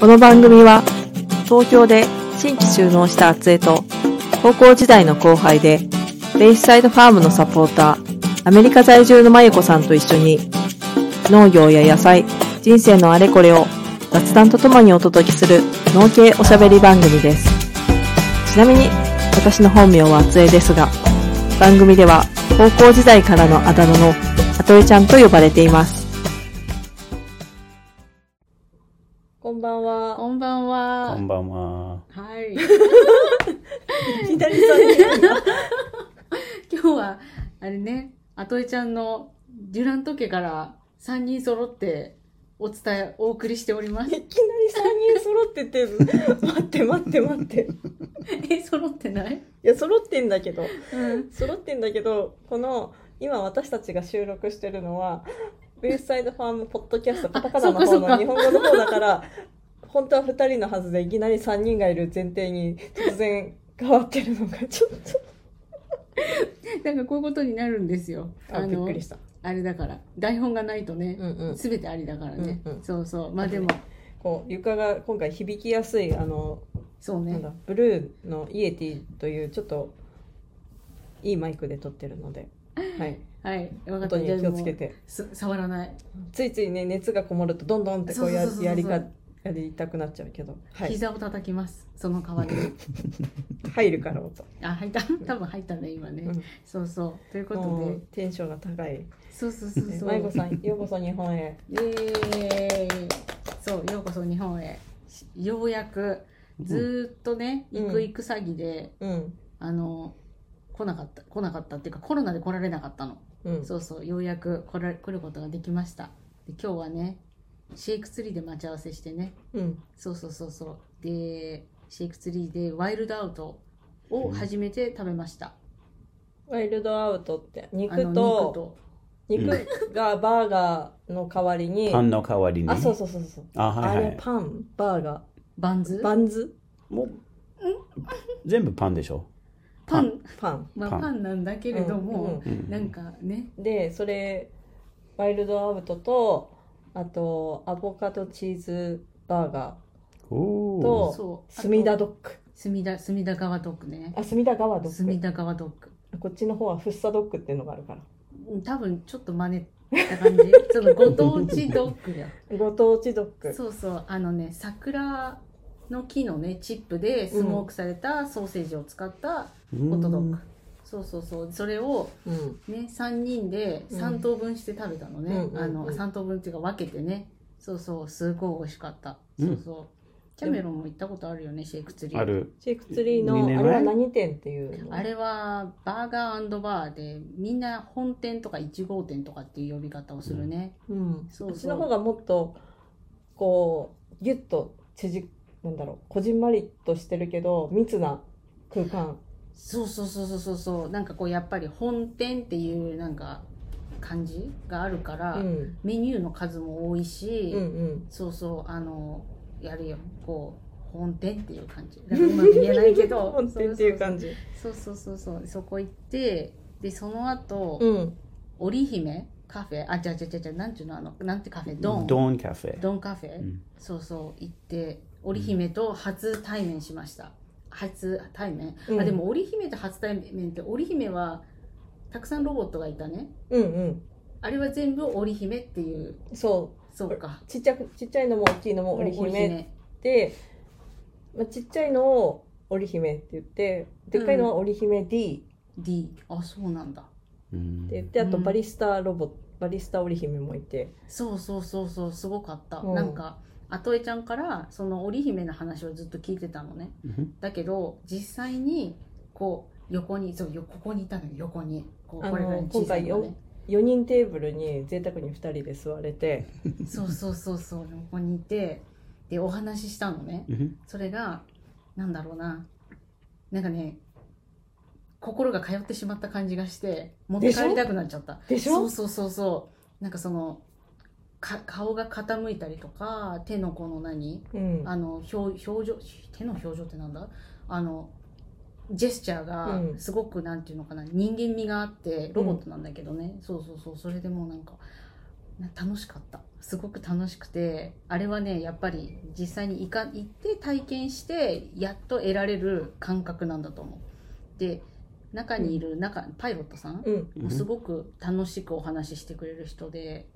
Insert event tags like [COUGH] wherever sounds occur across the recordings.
この番組は東京で新規就農した厚江と高校時代の後輩でベイスサイドファームのサポーターアメリカ在住のまゆこさんと一緒に農業や野菜人生のあれこれを雑談とともにお届けする農系おしゃべり番組ですちなみに私の本名は厚江ですが番組では高校時代からのあだ名のあとえちゃんと呼ばれていますこんばんはこんばんこは。んばんは。はい。左さんに。 [LAUGHS] 今日は、あれね、あとえちゃんのデュラント家から3人揃ってお伝え、お送りしておりまいき [LAUGHS] なすり。3人揃ってて、待って待って待って。え、揃ってないいや、揃ってんだけど、うん。揃ってんだけど、この、今私たちが収録してるのは、ベースサイドファームポッドキャスト、カタカナのあそ方っかそっかの日本語の方だから、本当は2人のはずで、いきなり3人がいる前提に、突然変わってるのが、ちょっと、なんかこういうことになるんですよ。あ、びっくりした。あれだから。台本がないとねうん、うん。すべ、てありだからね、うんうんそうそう。まあでも、こう、床が今回響きやすい、あの、そうなんね。だ、ブルーのイエティという、ちょっと、いいマイクで撮ってるの [LAUGHS] で、はい。はい。わか本った。当にじゃあ気をつけもてうす触らない。ついついね熱がこもるとどんどんってこうやそうそうそうそうやりかやりたくなっちゃうけど、はい、膝を叩きます。その代わり [LAUGHS] に。入るから音あ、入った。多分入ったね、今ね。うんそうそう。ということもでう。テンションが高いそうそうそうねそう。舞子さんようこそ日本へイエーイそうようこそ日本へしようやくずーっとね、うん行く行く詐欺でうんあの来なかった来なかったっていうかコロナで来られなかったの、うんそうそうようやく来ら来ることができましたで今日はねシェイクツリーで待ち合わせしてねうんそうそうそうそうでシェイクツリーでワイルドアウトを初めて食べました、ワイルドアウトって肉あのと肉がバーガーの代わりに、パンの代わりに。あそうそうそうそう、あはあいはれい。パンバーガバンーズバンズもう、全部パンでしょ。パンパンまあパンパンなんだけれども、うなんかねうんでそれワイルドアウトとあとアボカドチーズバーガおーとそうー隅田ドドッグ隅田隅田川ドッグねあ隅田川ドッグ隅田川ドッグこっちの方はフッサドッグっていうのがあるからうん多分ちょっと真似た感 [LAUGHS] じそのご当地ドッグだよご当地ドッグ [LAUGHS] そうそうあのね桜の木のねチップでスモークされたソーセージを使ったうんホットドッグ、そうそうそうそれをうんね3人で3等分して食べたのね、うんあうのんうん3等分っていうか分けてねそうそうすごい美味しかった、うんそうそうキャメロンも行ったことあるよねシェイクツリーある。シェイクツリー二の年あ前れは何店っていうのあれはバーガーバーでみんな本店とか1号店とかっていう呼び方をするね、うんそこうそうっちの方がもっとこうギュッと縮なんだろうこじんまりとしてるけど密な空間そうそうそうそうそうそうなんかこうやっぱり本店っていうなんか感じがあるから、うんメニューの数も多いし、うんうんそうそうあのやるよこう本店っていう感 [LAUGHS] じだからうまく言えないけど本店っていう感じそうそうそうそうそこ行ってでその後、うん織姫カフェあ違う違う違う違うなんていうのあのなんてカフェドンドーンカフェ。ドンカフェ、うんそうそう行って織姫と初対面しました初対面、うんあでも織姫と初対面って織姫はたくさんロボットがいたねうんうんあれは全部織姫っていうそそうかうちっちゃくちっちゃいのも大きいのも織姫っ姫で、まあ、ちっちゃいのを織姫って言ってでっかいのは織姫 D D あそうなんだうんって言って、うんあとバリスタロボットバリスタ織姫もいてそうそうそうそうすごかった、うんなんかあとえちゃんからその織姫の話をずっと聞いてたのねうんだけど実際にこう横にそうよここにいたのよ横にこうあのこれぐらいの小さいのね4人テーブルに贅沢に2人で座れてそうそうそうそう横にいてでお話ししたのねうんそれがなんだろうななんかね心が通ってしまった感じがして持って帰りたくなっちゃったでしょそうそうそうそうなんかそのか顔が傾いたりとか手のこの何うんあの表表情手の表情ってなんだあのジェスチャーがうんすごくなんていうのかな、人間味があってロボットなんだけどね、そうそうそうそれでもうなんかな楽しかったすごく楽しくてあれはねやっぱり実際に行か行って体験してやっと得られる感覚なんだと思うで中にいる中パイロットさんうん。うんもうすごく楽しくお話ししてくれる人で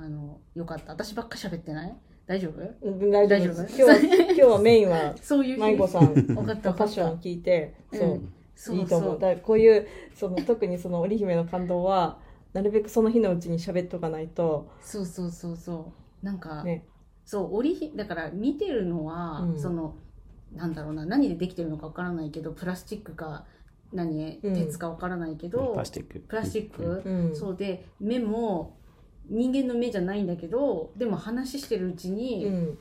あのよかった私ばっか喋ってない大丈夫うん大丈夫大で丈す。夫 [LAUGHS] 今日は、今日はメインは、そういう舞子日さ [LAUGHS] ん分かったの分パかッっションをた聞いて、うんそう、そいいうとそ思う。うだからこういう、その特にその織姫の感動は、なるべくその日のうちに喋っとかないと、そうそうそうそうなんか、ね。そう織ひだから見てるのは、うんそのなんだろうな何でできてるのかわからないけどプラスチックか何うん鉄かわからないけど、プラスチックプラスチック、うん。そうで目も人間の目じゃないんだけどでも話してるうちうに、ん。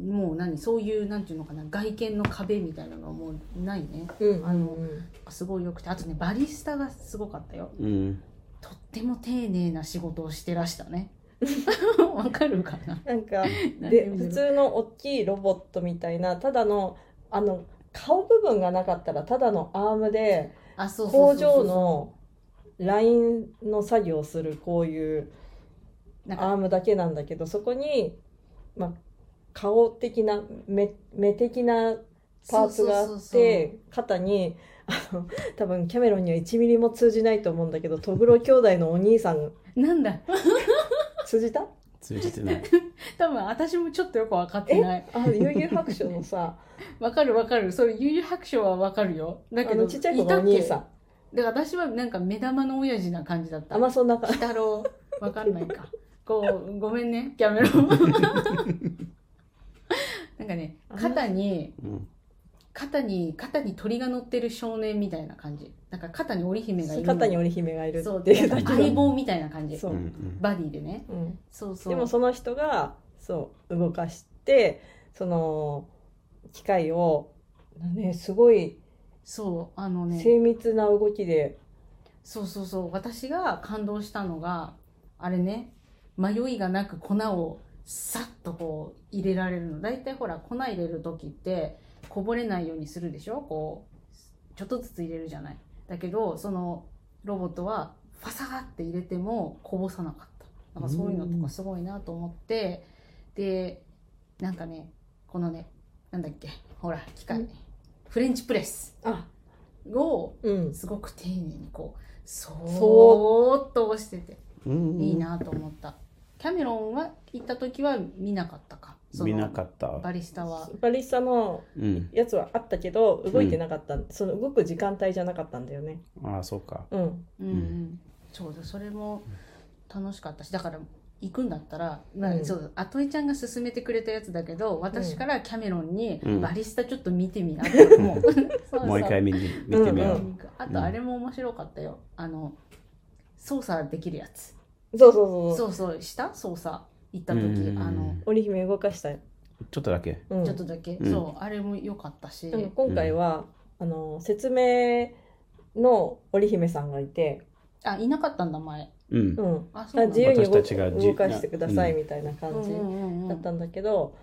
もう何そういうなんていうのかな外見の壁みたいなのはもうないねうん。あのうんすごい良くてあとねバリスタがすごかったようんとっても丁寧な仕事をしてらした [LAUGHS] ねわかるかななん [LAUGHS] か、なんてで言うんだろ普う通の大きいロボットみたいなただのあの顔部分がなかったらただのアームであそうそ工うそうそ場うのラインの作業をするこういうなんかアームだけなんだけどそこに、まあ、顔的な目目的なパーツがあってそうそうそう肩にあの多分キャメロンには1ミリも通じないと思うんだけどトグロ兄弟のお兄さんそうなんだ通じた通じてない [LAUGHS] 多分私もちょっとよく分かってないあの悠々白書のさわかるわかるそういう悠々白書はわかるよだあけどのちっちゃい子のおい兄たさっんけだから私はなんか目玉の親父な感じだったあまあそんな感鬼太郎わかんない [LAUGHS] かこうごめんねキャメロン [LAUGHS] なんかね肩にうん肩に肩に鳥が乗ってる少年みたいな感じなんか肩に織姫がいる肩に織姫がいるそうっていでうだけ相棒みたいな感じそううんうんバディでねうんそうそうでもその人がそう動かしてその機械を、ね、すごいそうあのね精密な動きで、そうそうそう私が感動したのがあれね迷いがなく粉をさっとこう入れられるの大体ほら粉入れる時ってこぼれないようにするでしょこうちょっとずつ入れるじゃないだけどそのロボットはファサーって入れてもこぼさなかったなんかそういうのとかすごいなと思ってでなんかねこのねなんだっけほら機う械んフレンチプレスあをうん、すごく丁寧にこうそそーっと押しててうんいいなと思った、キャメロンは行った時は見なかったかその見なかったバリスタはバリスタのうんやつはあったけど動いてなかった、その動く時間帯じゃなかったんだよねああそうかうんうん、うん、そうだそれも楽しかったしだから行くんだったら、まあうんそうアトイちゃんが勧めてくれたやつだけど私からキャメロンに、うんバリスタちょっと見てみなって思うそそ [LAUGHS] もう一回見て見てみよううんあとあれも面白かったよ、あの操作できるやつそうそうそうそうそうそうした操作行った時、うんあの織姫動かしたよ、ちょっとだけうん、ちょっとだけ、うんそうあれも良かったし、なんか今回は、あの説明の織姫さんがいて、あいなかったんだ前うんうん、あそうあなんだ自由に動私たかちがじ動かしてくださいうんみたいな感じうんうんうんうんだったんだけど、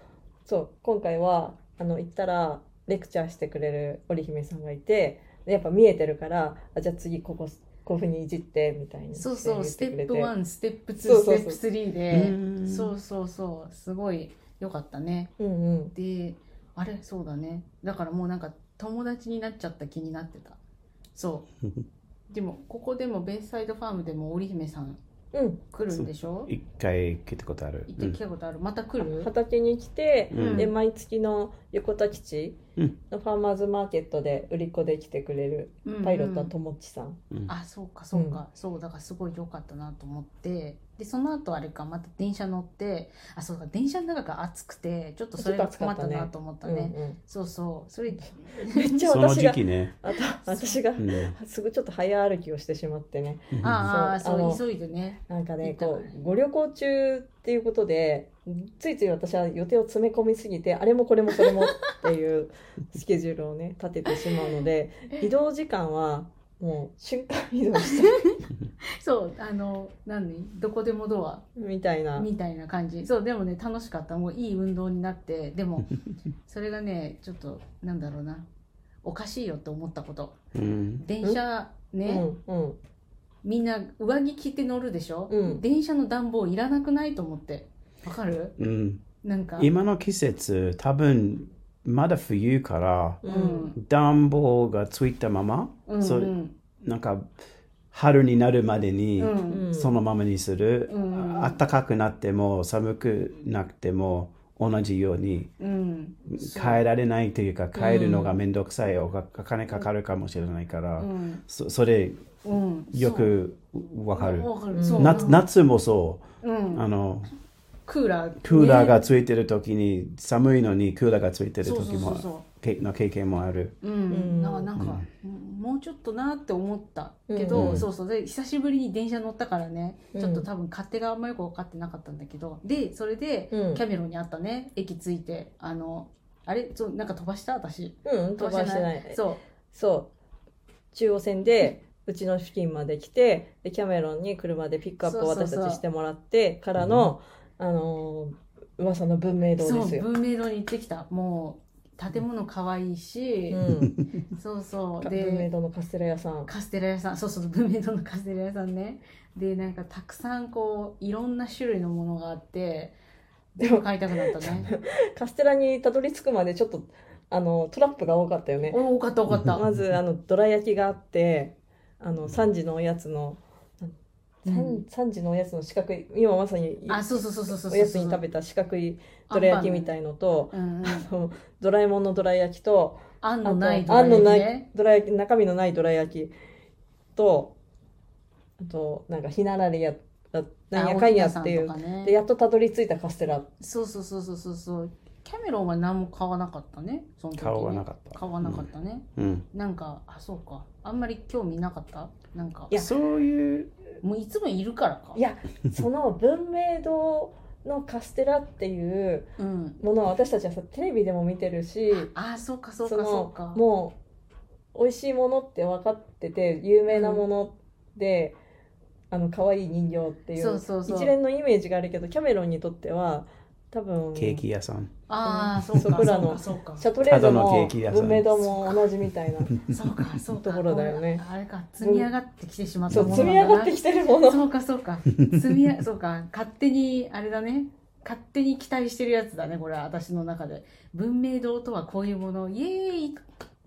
そう今回はあの行ったらレクチャーしてくれる織姫さんがいてでやっぱ見えてるからあじゃあ次こここういうふうにいじってみたいにそうそうスしてテ言ってくップれて1ステップ2そうスそうテそッうプ3でうんそうそうそうすごい良かったねうんうんであれそうだねだからもうなんか友達になっちゃった気になってたそうでもここでもベイサイドファームでも織姫さんうん来るんでしょ [LAUGHS] 一回聞いたことある行ってきたことある、また来る畑に来て、うんで毎月の横田基地うんのファーマーズマーケットで売り子で来てくれるパイロットの友ちさん、うんうんあそうかそうか、そうだからすごい良かったなと思ってでその後あれかまた電車乗ってあそうか電車の中が暑くてちょっとそれが困ったなと思ったねうんうんそうそうそれめっちゃその私時が期ねあた私がうんすぐちょっと早歩きをしてしまってねああそうそあうの急いでねなんかいねいかなこうご旅行中っていうことでついつい私は予定を詰め込みすぎてあれもこれもそれもっていう [LAUGHS] スケジュールをね立ててしまうので移動時間はもう瞬間移動してそうあの何どこでもドアみたいなみたいな感じそうでもね楽しかったもういい運動になってでもそれがねちょっとなんだろうなおかしいよって思ったことうん電車ね、うんうんみんな上着着て乗るでしょ、うん電車の暖房いらなくないと思ってわかるうん、なんか今の季節、多分まだ冬からう。うんん暖房がついたまま、うんうんそううんなんか春になるまでに、うんうんそのままにする、うんあ暖かくなっても寒くなくても同じようにうん変えられないというか変えるのが面倒くさいおか金かかるかもしれないから、うんそそれうんよくわかるわかうんるそう夏夏もそう、うんあのクーラークーラーねがついてる時に、寒いのにクーラーがついてるそうそ時うそもうそけの経験もある、うううんんなんかなんかもうちょっとなって思ったけうどんそうそうで久しぶりに電車乗ったからねうんちょっと多分勝手があんまよく分かってなかったんだけどでそれでキうんャメロンにあったね駅着いてあのあれそうなんか飛ばした私うん、飛ばしてない。そうそ中央線で、うちの付近まで来て、で、キャメロンに車でピックアップをそうそう私そうたちしてもらってからの、あのー、噂の文明う堂そでうすよ。文明堂に行ってきたもう建物可愛いしうん。そうそう文明で堂のカステラ屋さん。 [LAUGHS] カステラ屋さんそうそう文明堂のカステラ屋さんねでなんかたくさんこういろんな種類のものがあって全部買いたくなったねカステラにたどり着くまでちょっと、あの、トラップが多かったよね。お多かった多かった、まず、あの、どら焼きがあって、あの、3時のおやつの、う 3, ん時のおやつの四角い、今まさに、あそうそうそうそうそうおやつに食べた四角いどら焼きみいたいのと、うんうんあのドラえもんのどら焼きと、あんあのとないあんのなどら焼きいどら焼き、中身のないどら焼きと、あと、なんか、ひなられや、だなんやかんやっていあおう。母さんとかねで、やっとたどり着いたカステラ。そうそうそうそうそうそうキャメロンは何も買わなかったねその時ね顔がなかった買わなかったね、うんなんかあそうかあんまり興味なかったなんかいやそういうもういつもいるからかいや、その文明堂のカステラっていううんものは私たちはさ、テレビでも見てるし、あそうかそうかそのそうかもう、美味しいものって分かってて、有名なもので、あの、可愛い人形っていう。そうそうそう一連のイメージがあるけどキャメロンにとっては多分ケーキ屋さん、ああ、そうんうか、そこらのそうか、そシャトレーゼただのケもーキ屋さん文明堂も同じみたいなうか、そうとか、ころだよねあれか、積み上がってきてしまったそもうの積み上がってきてるものそうか、そうか、積み上 [LAUGHS] そうか、勝手に、あれだね、勝手に期待してるやつだね、これは私の中で。文明堂とはこういうもの、イエーイ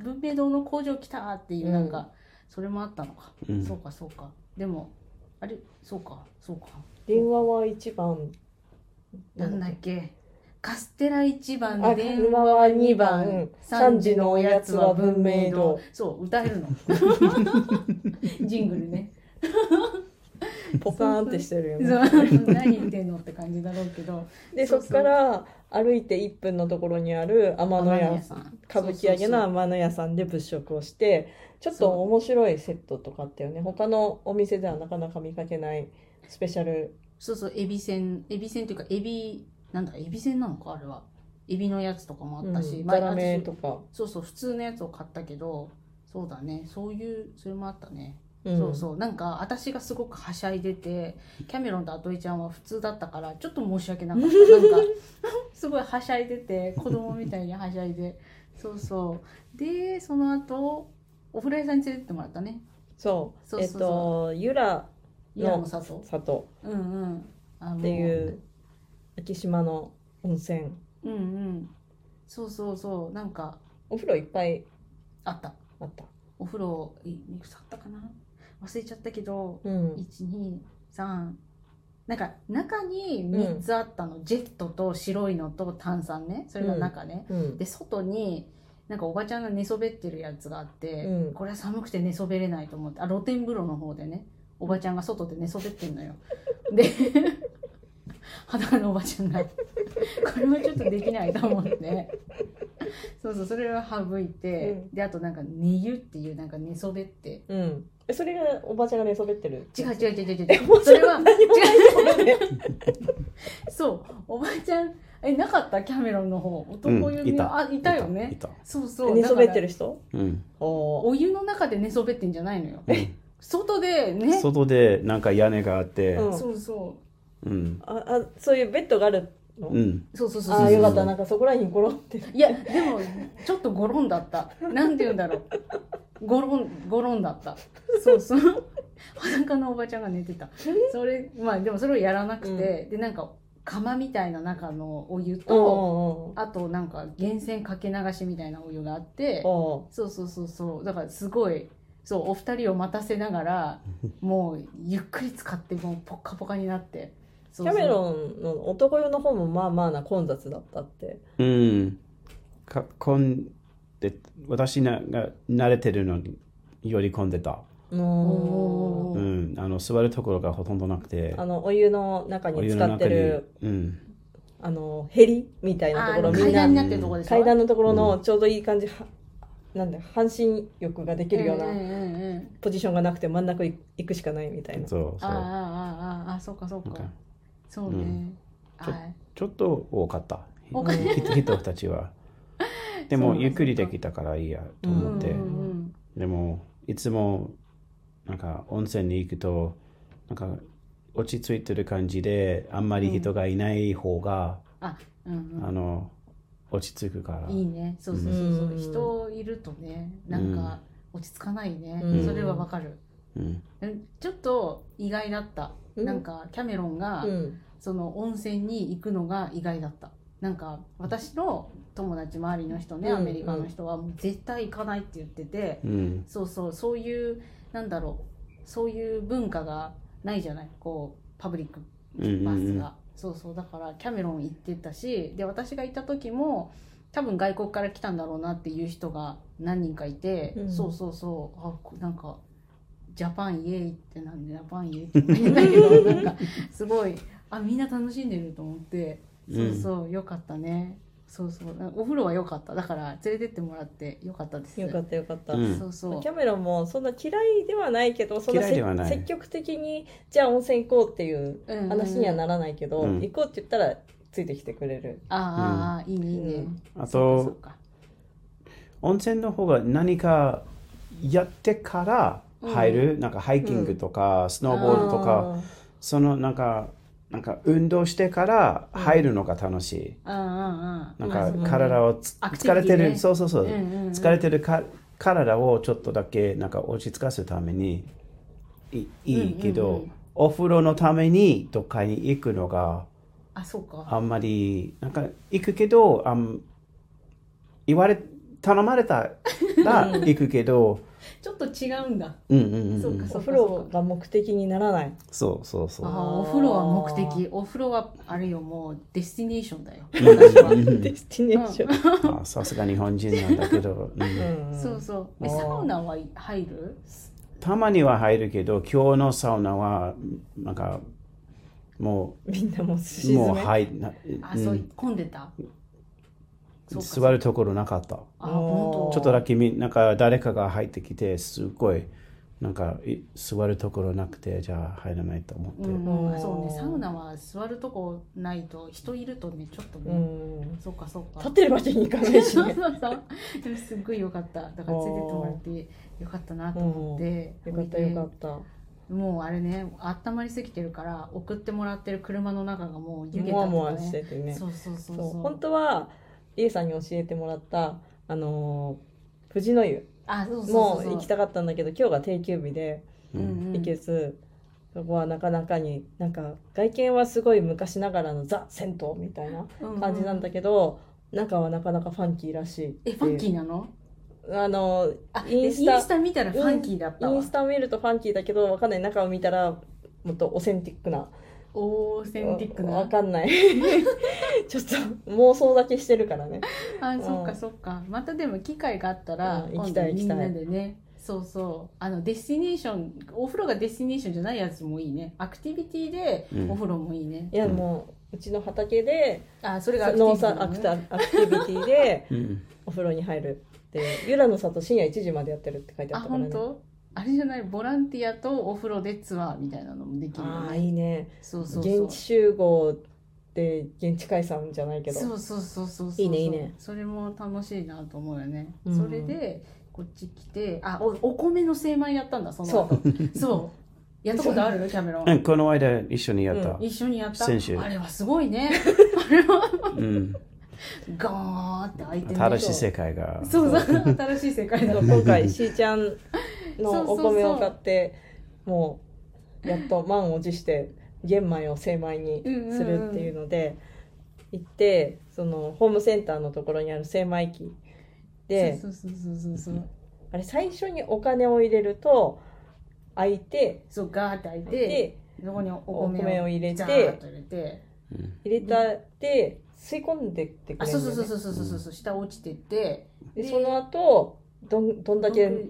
文明堂の工場来たっていう、なんか、うんそれもあったのか、うんそうか、そうか、でも、あれ、そうか、そうか、電話は一番なんだっけ。カステラ一番あで、電話は二番三三時時ののおおややつつはは文文明明堂堂。そう、歌 [LAUGHS] えるの。ジングルね。ポカーンってしてるよそうね何言ってんのって感じだろう [LAUGHS] けど。でそそうそうっから歩いて1分のところにある天野屋さん歌舞伎揚げのそう天野屋さんで物色をしてちょっと面白いセットとかあったよね他のお店ではなかなか見かけないスペシャルそうそうそうそう、エビせん、エビせんというか、エビ、なんだ、エビせんなのか、あれは。エビのやつとかもあったし、うんまあザラメ私とか、そうそう、普通のやつを買ったけど、そうだね、そういう、それもあったね。うんそうそうなんか私がすごくはしゃいでてキャメロンとアトイちゃんは普通だったからちょっと申し訳なかったなんか [LAUGHS] すごいはしゃいでて子供みたいにはしゃいでそうそうでその後お風呂屋さんに連れてってもらったねそうそうそうそうえっとゆらイラの里里うんうんあのっていう昭島の温泉うんうんそうそうそうなんかお風呂いっぱいあったあったお風呂いいくつあったかな忘れちゃったけどうん123なんか中に3つあったの、ジェットと白いのと炭酸ねそれが中ね、うんで外になんかおばちゃんが寝そべってるやつがあって、うんこれは寒くて寝そべれないと思ってあ露天風呂の方でねおばちゃんが外で寝そべってん [LAUGHS] のよで裸のおばちゃんがこれはちょっとできないと思ってそうそうそれは省いて、うんであとなんか寝湯っていうなんか寝そべってうんえそれがおばちゃんが寝そべってる違う違う違う違うえ違う。それは、違面う。白いね [LAUGHS] そう、おばちゃん、え、なかったキャメロンの方。男湯うんいに、たあ、いたよねい。た、そうそう。寝そべってる。る人うんおーお湯の中で寝そべってんじゃないのよ。う外でん、ね。そ外でなんか屋根があって、うんうそうんああそういうベッドがあるの、うん、う。そうそうそうあそあう。よかったなんかそこらにゴロっていや、でも、ちょっとゴロンだった。なんて言うんだろう。ゴロン、ゴロンだった。そうそう。裸のおばちゃんが寝てたそれまあでもそれをやらなくて、でなんか釜みたいな中のお湯とおあとなんか源泉かけ流しみたいなお湯があってーおそうそうそうそうだからすごいそうお二人を待たせながらもうゆっくり使ってもうポッカポカになってそーうキそうャメロンの男湯の方もまあまあな混雑だったってうん。か、混んで、私なが慣れてるのにより混んでた。おおうーん。あの、座るところがほとんどなくて、あのお湯の中おに湯使のって中るに。うん。あのヘリみたいなとあころのみん階段なになってるとこでしょ階段のところのちょうどいい感じ、はなんだ半身浴ができるようなうんうんうんうんポジションがなくて真ん中い行くしかないみたいなそうあそあう。あああああそうかそうかなんかそうね、うんはいちょっと多かった。多かったひ [LAUGHS] 人たち [LAUGHS] は。そでうも、なんだゆっくりできたからいいやとうん思って。うんうんでも、いつも、なんか、温泉に行くと、なんか、落ち着いてる感じで、あんまり人がいない方が、あうんあの、落ち着くから。うんいいねそうそうそうそう、うん人いるとねなんか落ち着かないね、うんそれはわかるうん。うんちょっと意外だった、うんなんかキャメロンが、うんその温泉に行くのが意外だったなんか私の友達周りの人ねうんアメリカの人はもう絶対行かないって言ってて、うん。そうそうそういうなんだろうそういう文化がないじゃないこうパブリックうんうんうんバスが、そうそうだからキャメロン行ってたしで私が行った時も多分外国から来たんだろうなっていう人が何人かいて、うんそうそうそうあこなんかジャパンイエイってなんでジャパンイエイって言うんだけどなん [LAUGHS] かすごいあみんな楽しんでると思ってそうそうよかったねそうそうお風呂は良かっただから連れてってもらって良かったですよかったよかった、うんそうそうキャメロンもそんな嫌いではないけどそん嫌いではないせ積極的にじゃあ温泉行こうっていう話にはならないけど、うん行こうって言ったらついてきてくれる、ああ、いいねいいね、うんあそうかそうとか温泉の方が何かやってから入る、なんかハイキングとか、スノーボードとかそのなんかなんか運動してから入るのが楽しい、うんうんうんなそんうかね体をつ、アクティ疲ビれティねてるそうそうそう、うんうんうん疲れてるか体をちょっとだけなんか落ち着かすためにいいいけど、うんうんうんお風呂のためにどっかに行くのがあそうかあんまり、なんか、行くけど、あん、言われ、頼まれたら行くけど、ちょっと違うんだうんうんうん。そうかお風呂が目的になら [LAUGHS] ないそうそうあそう。あお風呂は目的お風呂はあれよもうデスティネーションだようん私はうんデスティネーション、まあさすが日本人なんだけど、うんうんそうそうあえーサウナは入るたまには入るけど、今日のサウナは、なんか、もみんなもうう、沈めもう入な、あそううん混んでたそうか座るところなかった。あ本ちょっとだけみなんか誰かが入ってきて、すごい、なんか、い座るところなくて、じゃあ入らないと思って。当うんうあんそうねサウナは座るとこないと人いるとねちょっとうねんそうかそう立かってるわけにいかなそういしそう [LAUGHS] ねそう [LAUGHS] でもすっごい良かっただから連れてってもらって良かったなと思ってよかったよかったもうあれね温まりすぎてるから送ってもらってる車の中がもう湯気もわたもとわかしてねてねそうそうそうそうそう本当はリエさんに教えてもらったあのー富士の湯あそうそうそうもそう行きたかったんだけど今日が定休日でううんんうん行けず、そこはなかなかになんか外見はすごい昔ながらのザ銭湯みたいな感じなんだけけど、中はなかなかファンキーらしいえファンキーーなのあのあインスタインスタ見たらファンキーだったイわンスタ見るとファンキーだけどわかんない中を見たらもっとオセンティックなオーセンティックなわかん [LAUGHS] ないちょっと妄想だけしてるからねあんそっかそっかまたでも機会があったらうん行今き度たいみんな行きでねそうそうあのデスティネーションお風呂がデスティネーションじゃないやつもいいねアクティビティでうんお風呂もいいねいやうんもううちの畑であそれがアクティ農ビティ産なアのクねタアクティビティでうんお風呂に入るって「ゆらの里深夜1時までやってる」って書いてああったからね本当あれじゃないボランティアとお風呂でツアーみたいなのもできるよああねいいねそうそうそう現地集合で現地解散じゃないけどそうそうそうそうそいういねいいねそれも楽しいなと思うよね、うんそれでこっち来てあおお米の精米やったんだそのそううそうやったことあるキャメ [LAUGHS] ロうンん、この間一緒にやった。一緒にやった先週あれはすごいねあれはうん、ガーって開いてる新しい世界が。そうそう新しい世界だ今回しーちゃんのお米を買ってもうやっと満を持して玄米を精米にするっていうので行ってそのホームセンターのところにある精米機でそうそうそうそうそうあれ最初にお金を入れると開いてそうガーって開いてでそこにおお米を米を入れてジャーッと入れて入れたって吸い込んでってくあれそるうんそうだよそうねそうそうそうそう下落ちてってでその後どんどんだけ僕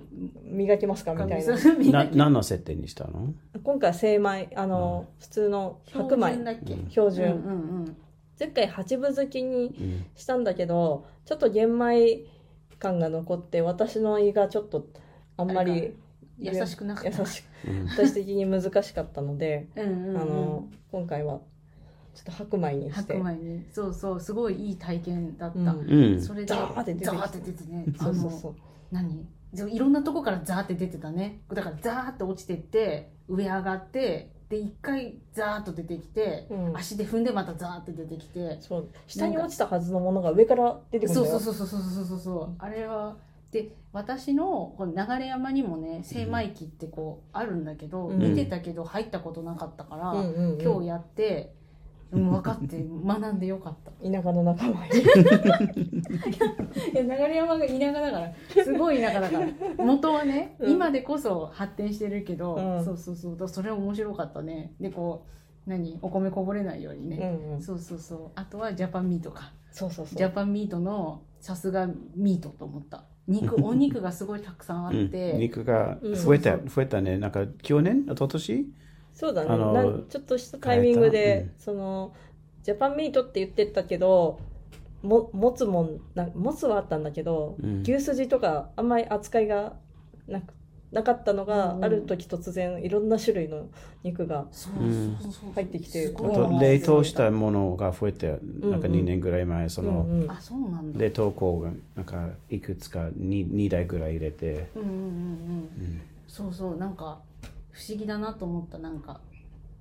磨きますかみたいなそうみんなな何の設定にしたの今回は精米あの、普通の白標米準だっけ標うんう準、んうん前回八分好きにうんしたんだけどちょっと玄米感が残って私の胃がちょっとあんまあり優しくなかっ優たしくうん私的に難しかったので、うん [LAUGHS] うんうんあの今回はちょっと白米にして白米にそうそうすごいいい体験だった、うんうんそれでザーって出てきザたーって出てねあそうそうのそう何そういろんなとこからザーって出てたねだからザーって落ちてって上上がってで一回ザーっと出てきて、うん足で踏んでまたザーって出てきてそう下に落ちたはずのものが上から出てくるんそうだそようそうそうそうそうそうそうあれはで私のこの流山にもね精米機ってこうあるんだけど、うん見てたけど入ったことなかったから、うんうんうん今日やって、うん、分かって学んでよかった。田舎の仲間に [LAUGHS] いや流山が田舎だからすごい田舎だから元はね、うん今でこそ発展してるけど、うんそうそうそうだからそれ面白かったねでこう何お米こぼれないようにうね、ん、うん、そうそうそうあとはジャパンミートかそうそうそうジャパンミートのさすがミートと思った [LAUGHS] 肉お肉がすごいたくさんあっうんて、肉が増えた、う増えたね。なんか去年、一昨年そうだねあのなんちょっとしたタイミング変えでた、そのジャパンミートって言ってたけども持つもんな持つはあったんだけど、うん牛すじとかあんまり扱いがなくなかったのが、うんうんある時突然いろんな種類の肉がそううんそうそう入ってきてすあごいと冷凍したものが増えて、なんかうんうん2年ぐらい前、そうの、んうんあそうなんだ冷凍庫がなんかいくつか 2, 2台ぐらい入れて、うんうんうんううんんそうそうなんか不思議だなと思ったなんか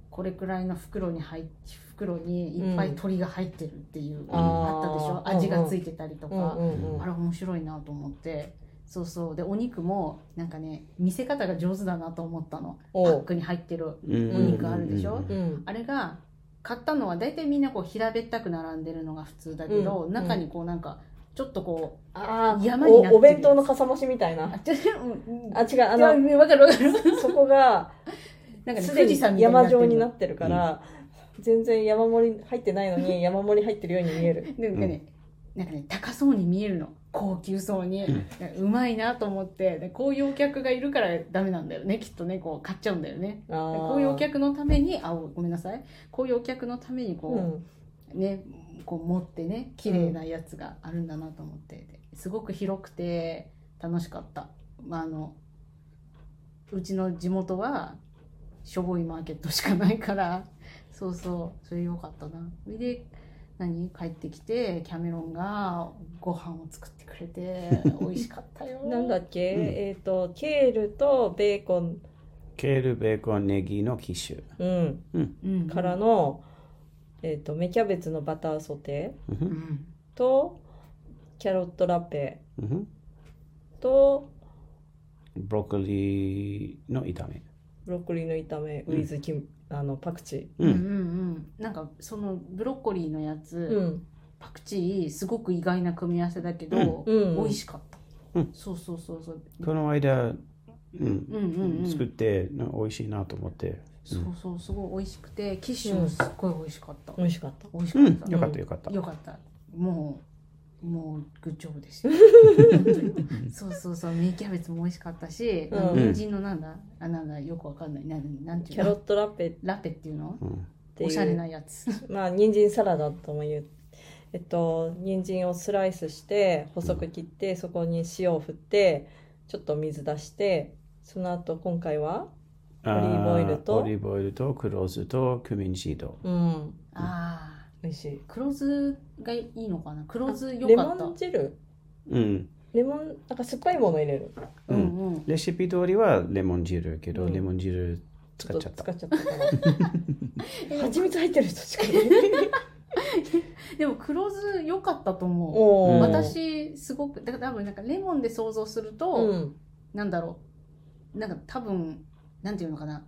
これくらいの袋に入っ袋にいっぱい鳥が入ってるっていう、んあったでしょあー味がついてたりとか、うんうんあれ面白いなと思ってそうそうでお肉もなんかね見せ方が上手だなと思ったのパおうックに入ってるうんお肉あるでしょうんうんあれが買ったのは大体みんなこう平べったく並んでるのが普通だけど、うん中にこうなんかちょっとこうあー山になってるおお弁当のかさ増しみたいなあちょっとうんあ違うあいやのわかるわかるそこがなんかねすで富士に山み山たいになって状るにのなってるから、全然山盛り入ってないのに [LAUGHS] 山盛り入ってるように見えるなんかね、なんかね高そうに見えるの高級そうに、うまいなと思ってでこういうお客がいるからダメなんだよねきっとねこう買っちゃうんだよねあーこういうお客のためにあごめんなさいこういうお客のためにうこんう、ねこう持ってね綺麗なやつがあるんだなと思ってですごく広くて楽しかった、まあ、あのうちの地元はしょぼいマーケットしかないからそうそうそれ良かったなそれで何帰ってきてキャメロンがご飯を作ってくれて美味しかったよ [LAUGHS] なんだっけ、うんえっ、とケールとベーコン、ケール、ベーコン、ネギのキッシュ。うん、うんからの、えー、と芽キャベツのバターソテううんんーとキャロットラペうんとブロッコリーの炒め。ブロッコリーの炒めウィズキム、あのパクチううんうんんうんなんかそのブロッコリーのやつ、ー、うんパクチーすごく意外な組み合わせだけど、うん美味しかった、うんそうそうそうそうこの間、うんうんうんうん作ってな美味しいなと思って。そうそうすごい美味しくてキッシュもすっごい美味しかった、美味しかった美味しうかっんた、、よかったよかった。よかったもうもうグッジョブですよそうそうそうミニキャベツも美味しかったし、うん人参のなんだあなんだよくわかんないなんなんてキいうャロッのトラペっラペっていうのうんていうおしゃれなや [LAUGHS] つまあ人参サラダとも言うえっと人参をスライスして細く切ってそこに塩を振ってちょっと水出してその後今回はオリーブオイルとオリーブオイルとクローズとクミンシード。うんああ美味しい黒酢がいいのかな黒酢よレかモったン汁うん。レモンなんか酸っぱいもの入れるううんんうんレシピ通りはレモン汁けど、うんレモン汁ち使ょっっちゃとった使。っちゃったから [LAUGHS] 蜂蜜入ってる人しかいないでも黒酢良かったと思うおー私すごくだから多分なんかレモンで想像すると、うんなんだろうなんか多分なんていうのかな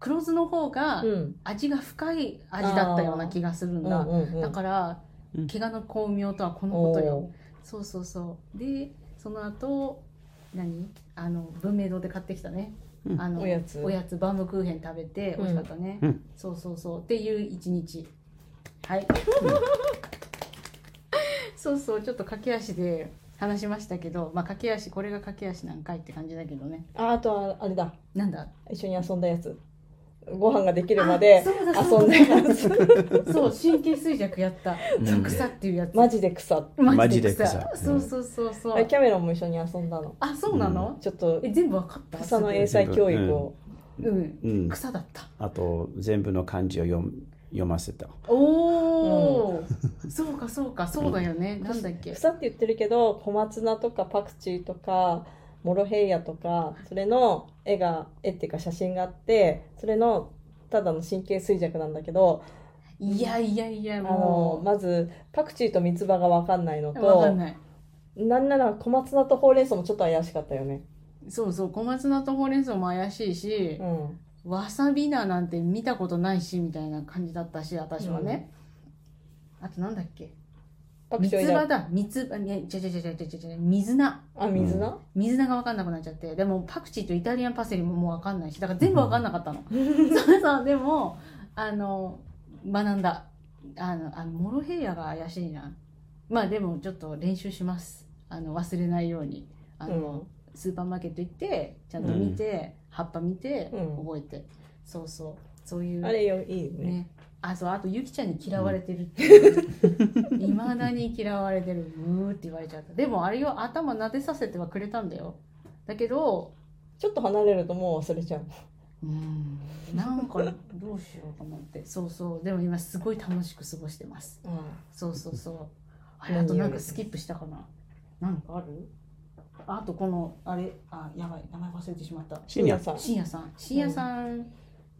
黒酢の方がうん味が深い味だったような気がするんだ、うんうんうんだから、うん怪我の巧妙とはこのことよおそうそうそうでその後何あの文明堂で買ってきたね、うんあのおやつおやつバームクーヘン食べて美味しかったね、うんうんそうそうそうっていう一日はい、そうそうちょっと駆け足で話しましたけどまあ駆け足これが駆け足何回って感じだけどねああとはあれだなんだ一緒に遊んだやつご飯ができるまであそうだ遊そんうだだやつ [LAUGHS] そう神経衰弱やったん草っていうやつマジで草マジで草そうそうそうそキうャメロンも一緒に遊んだのあそうなの、ちょっとえ全部わかった草の英才教育をうんうん、草だったあと全部の漢字を読む読ませた。おお、そうかそうかそうだよね、なんだっけ草って言ってるけど小松菜とかパクチーとかモロヘイヤとかそれの絵が絵っていうか写真があってそれのただの神経衰弱なんだけどいやいやいやあのもまずパクチーと三つ葉が分かんないのうわかんとないなんなら小松菜とほうれん草もちょっと怪しかったよね。そうそう小松菜とほうれん草も怪しいしう、んわさび菜なんて見たことないしみたいな感じだったし私はね、あとなんだっけパク三チーはいつな葉だ三つ葉ねちゃちゃちゃちゃちゃちゃちゃ水菜あ水菜、水菜が分かんなくなっちゃってでもパクチーとイタリアンパセリももう分かんないしだから全部分かんなかったのそうそうでもあの学んだあのあのモロヘイヤが怪しいなまあでもちょっと練習しますあの忘れないようにあの、スーパーマーケット行ってちゃんと見て、葉っぱ見て、うん覚えてそうそうそういうあれよいいね。ねあそうあとゆきちゃんに嫌われてるっていま、未だに嫌われてるうーって言われちゃったでもあれよ頭撫でさせてはくれたんだよだけどちょっと離れるともう忘れちゃう。うーんなんかどうしようと思ってそうそうでも今すごい楽しく過ごしてますそうそうそうあれあとなんかスキップしたかななんかあるあとこのあれあやばい名前忘れてしまった深 [LAUGHS] 夜さん。深夜さん深夜さん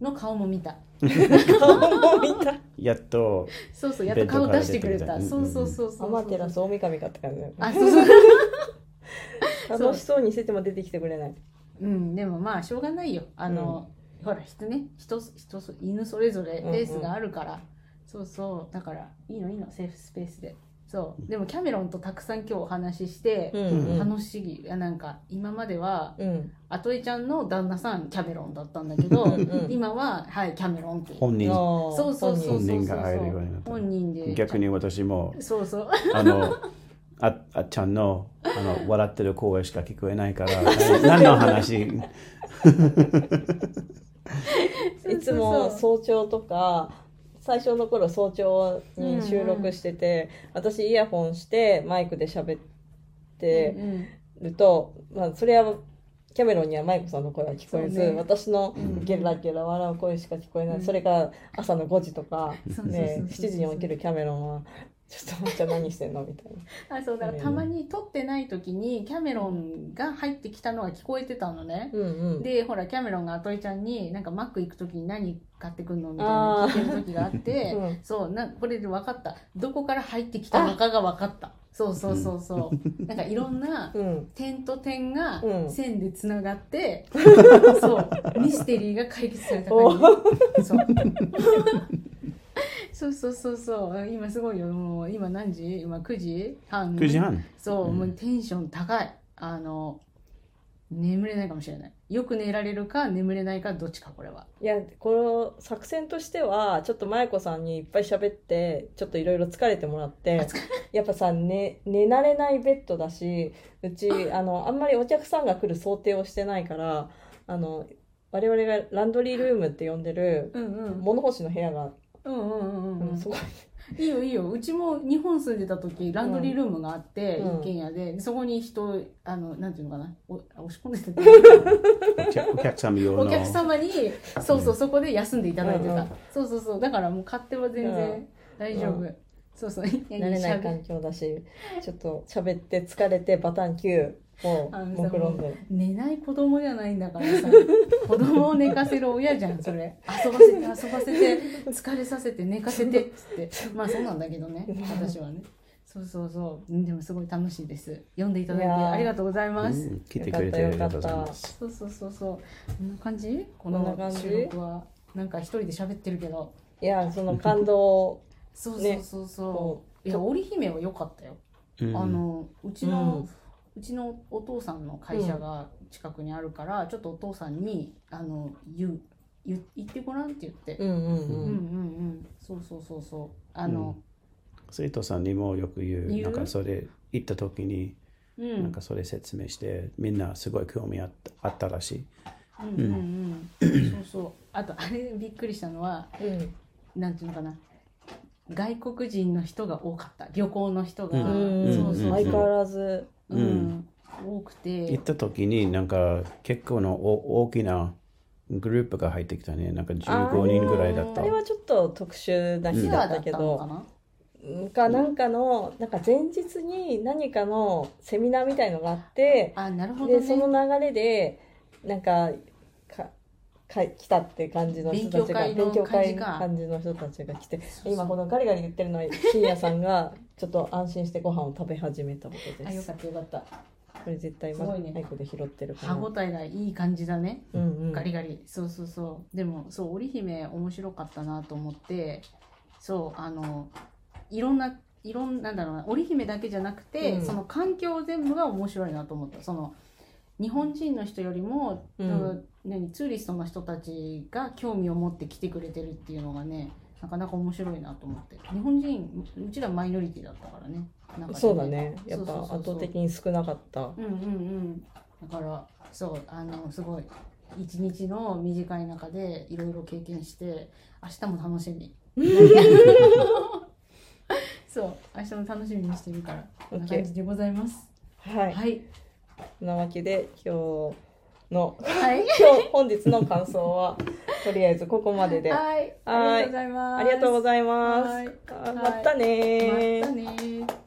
の顔も見た、顔も見た。やっとそうそうやっと顔出してくれベッドかたら出てくそれうそたうそうそうアマテラス大神々って感じだよね。あそうそうそう楽しそうにしてても出てきてくれない。うん、でもまあしょうがないよあの、ほら人ね人人そ犬それぞれペースがあるから、そうそうだからいいのいいのセーフスペースでそうでもキャメロンとたくさん今日お話しして、ん楽しいいやなんか今まではうん。アトエちゃんの旦那さんキャメロンだったんだけどうんうん今ははいキャメロンって本人そうそうそうそう本人が会えるようになった本人で逆に私もそうそうあのああっちゃんのあの笑ってる声しか聞こえな [LAUGHS] いから何の話いつも早朝とか最初の頃早朝に収録してて、私イヤホンしてマイクで喋っうてんうるんと、まあそれはキャメロンにはマイコさんの声は聞こえず、そうね私のゲラゲラ笑う声しか聞こえない、うんそれが朝の5時とか、そうそうそうね、そう7時に起きるキャメロンはちょっとじゃあ何してんのみたいな。あそうだからたまに撮ってない時にキャメロンが入ってきたのが聞こえてたのね、うんうん、でほらキャメロンがアトリちゃんに「なんかマック行く時に何買ってくんの?」みたいな聞いてる時があって、あー [LAUGHS] うんそうなこれで分かったどこから入ってきたのかが分かったそうそうそうそうなんかいろんなうん点と点がうん線でつなが [LAUGHS] って、そうミステリーが解決された感じそうそうそうそうそう今すごいよもう今何時今9時半9時半そう、うんもうテンション高い。あの、眠れないかもしれない。よく寝られるか、眠れないか、どっちか、これは。いやこの作戦としてはちょっと舞子さんにいっぱい喋ってちょっといろいろ疲れてもらってやっぱさ、ね、寝慣れないベッドだしう [LAUGHS] ちあのあんまりお客さんが来る想定をしてないからあの我々がランドリールームって呼んでるうんうん。物干しの部屋が、うんうんう、うんうんんそこいいよいいようちも日本住んでた時ランドリールームがあって、うん一軒家でそこに人あのなんていうのかなお押し込んでたってお客お客様用のお客様にそうそうそこで休んでいただいてた、うんうんそうそうそうだからもう勝手は全う然大丈夫、うそうそう慣慣れない環境だしちょっと喋って疲れてバタン9をあのさ目論んで寝ない子供じゃないんだからさ子供を寝かせる親じゃんそれ遊ばせて遊ばせて疲れさせて寝かせてっつってまあそうなんだけどね私はねそうそうそううんでもすごい楽しいです読んでいただいていやーありがとうございます、うん来てくれてありがとうございます。そうそうそうそうこんな感じこんなの感じ収録はなんか一人で喋ってるけどいやその感動をそうそねうそうこそう、 [LAUGHS] いや織姫は良かったよ、うんあのうちうの、んうちのお父さんの会社が近くにあるから、ちょっとお父さんに「あの言う言う言ってごらん」って言って、うんうんうん、ううんんうんそうそうそうそうあの、生徒さんにもよく言う、言うなんかそれ行った時に、うん、なんかそれ説明して、みんなすごい興味あったあったらしい。うんうんうんそうそうあとあれびっくりしたのはうんなんていうのかな外国人の人が多かった旅行の人が、ううんそうそうそう相変わらずうんうん多くて行った時に、なんか結構のお大きなグループが入ってきたね。なんか15人ぐらいだっあたれ。はちょっと特殊な日ツだアーっだたっけたのかどなかなんかのなんか前日に何かのセミナーみたいのがあってあなるほどでねその流れでなんかかか来たって感じの人たちが勉強の会の感じか感じの人たちが来てそうそう今このガリガリ言ってるのは深夜さん [LAUGHS] がちょっと安心してご飯を食べ始めたことあでよすかったよかったこれ絶対すごいねマイクで拾ってるか歯らごたえがいい感じだねうんうんガリガリそうそうそうでもそう織姫面白かったなと思ってそうあのいろんないろんなんだろうな織姫だけじゃなくうて、んその環境全部が面白いなと思ったその日本人の人よりも、うんその何ツーリストの人たちが興味を持って来てくれてるっていうのがねなかなか面白いなと思って日本人うちらマイノリティだったからね中でそうだねやっそうぱそうそうそう圧倒的に少なかったうんうんうんだからそうあのすごい一日の短い中でいろいろ経験して明日も楽し [LAUGHS] みそう明日も楽しみにしてるからこんな感じでございますはいはいそんなわけで今日のはい今日本日の感想はとりあえずここまでであはいはあいりがとうございますりがとうございますあはいまたねーまたねー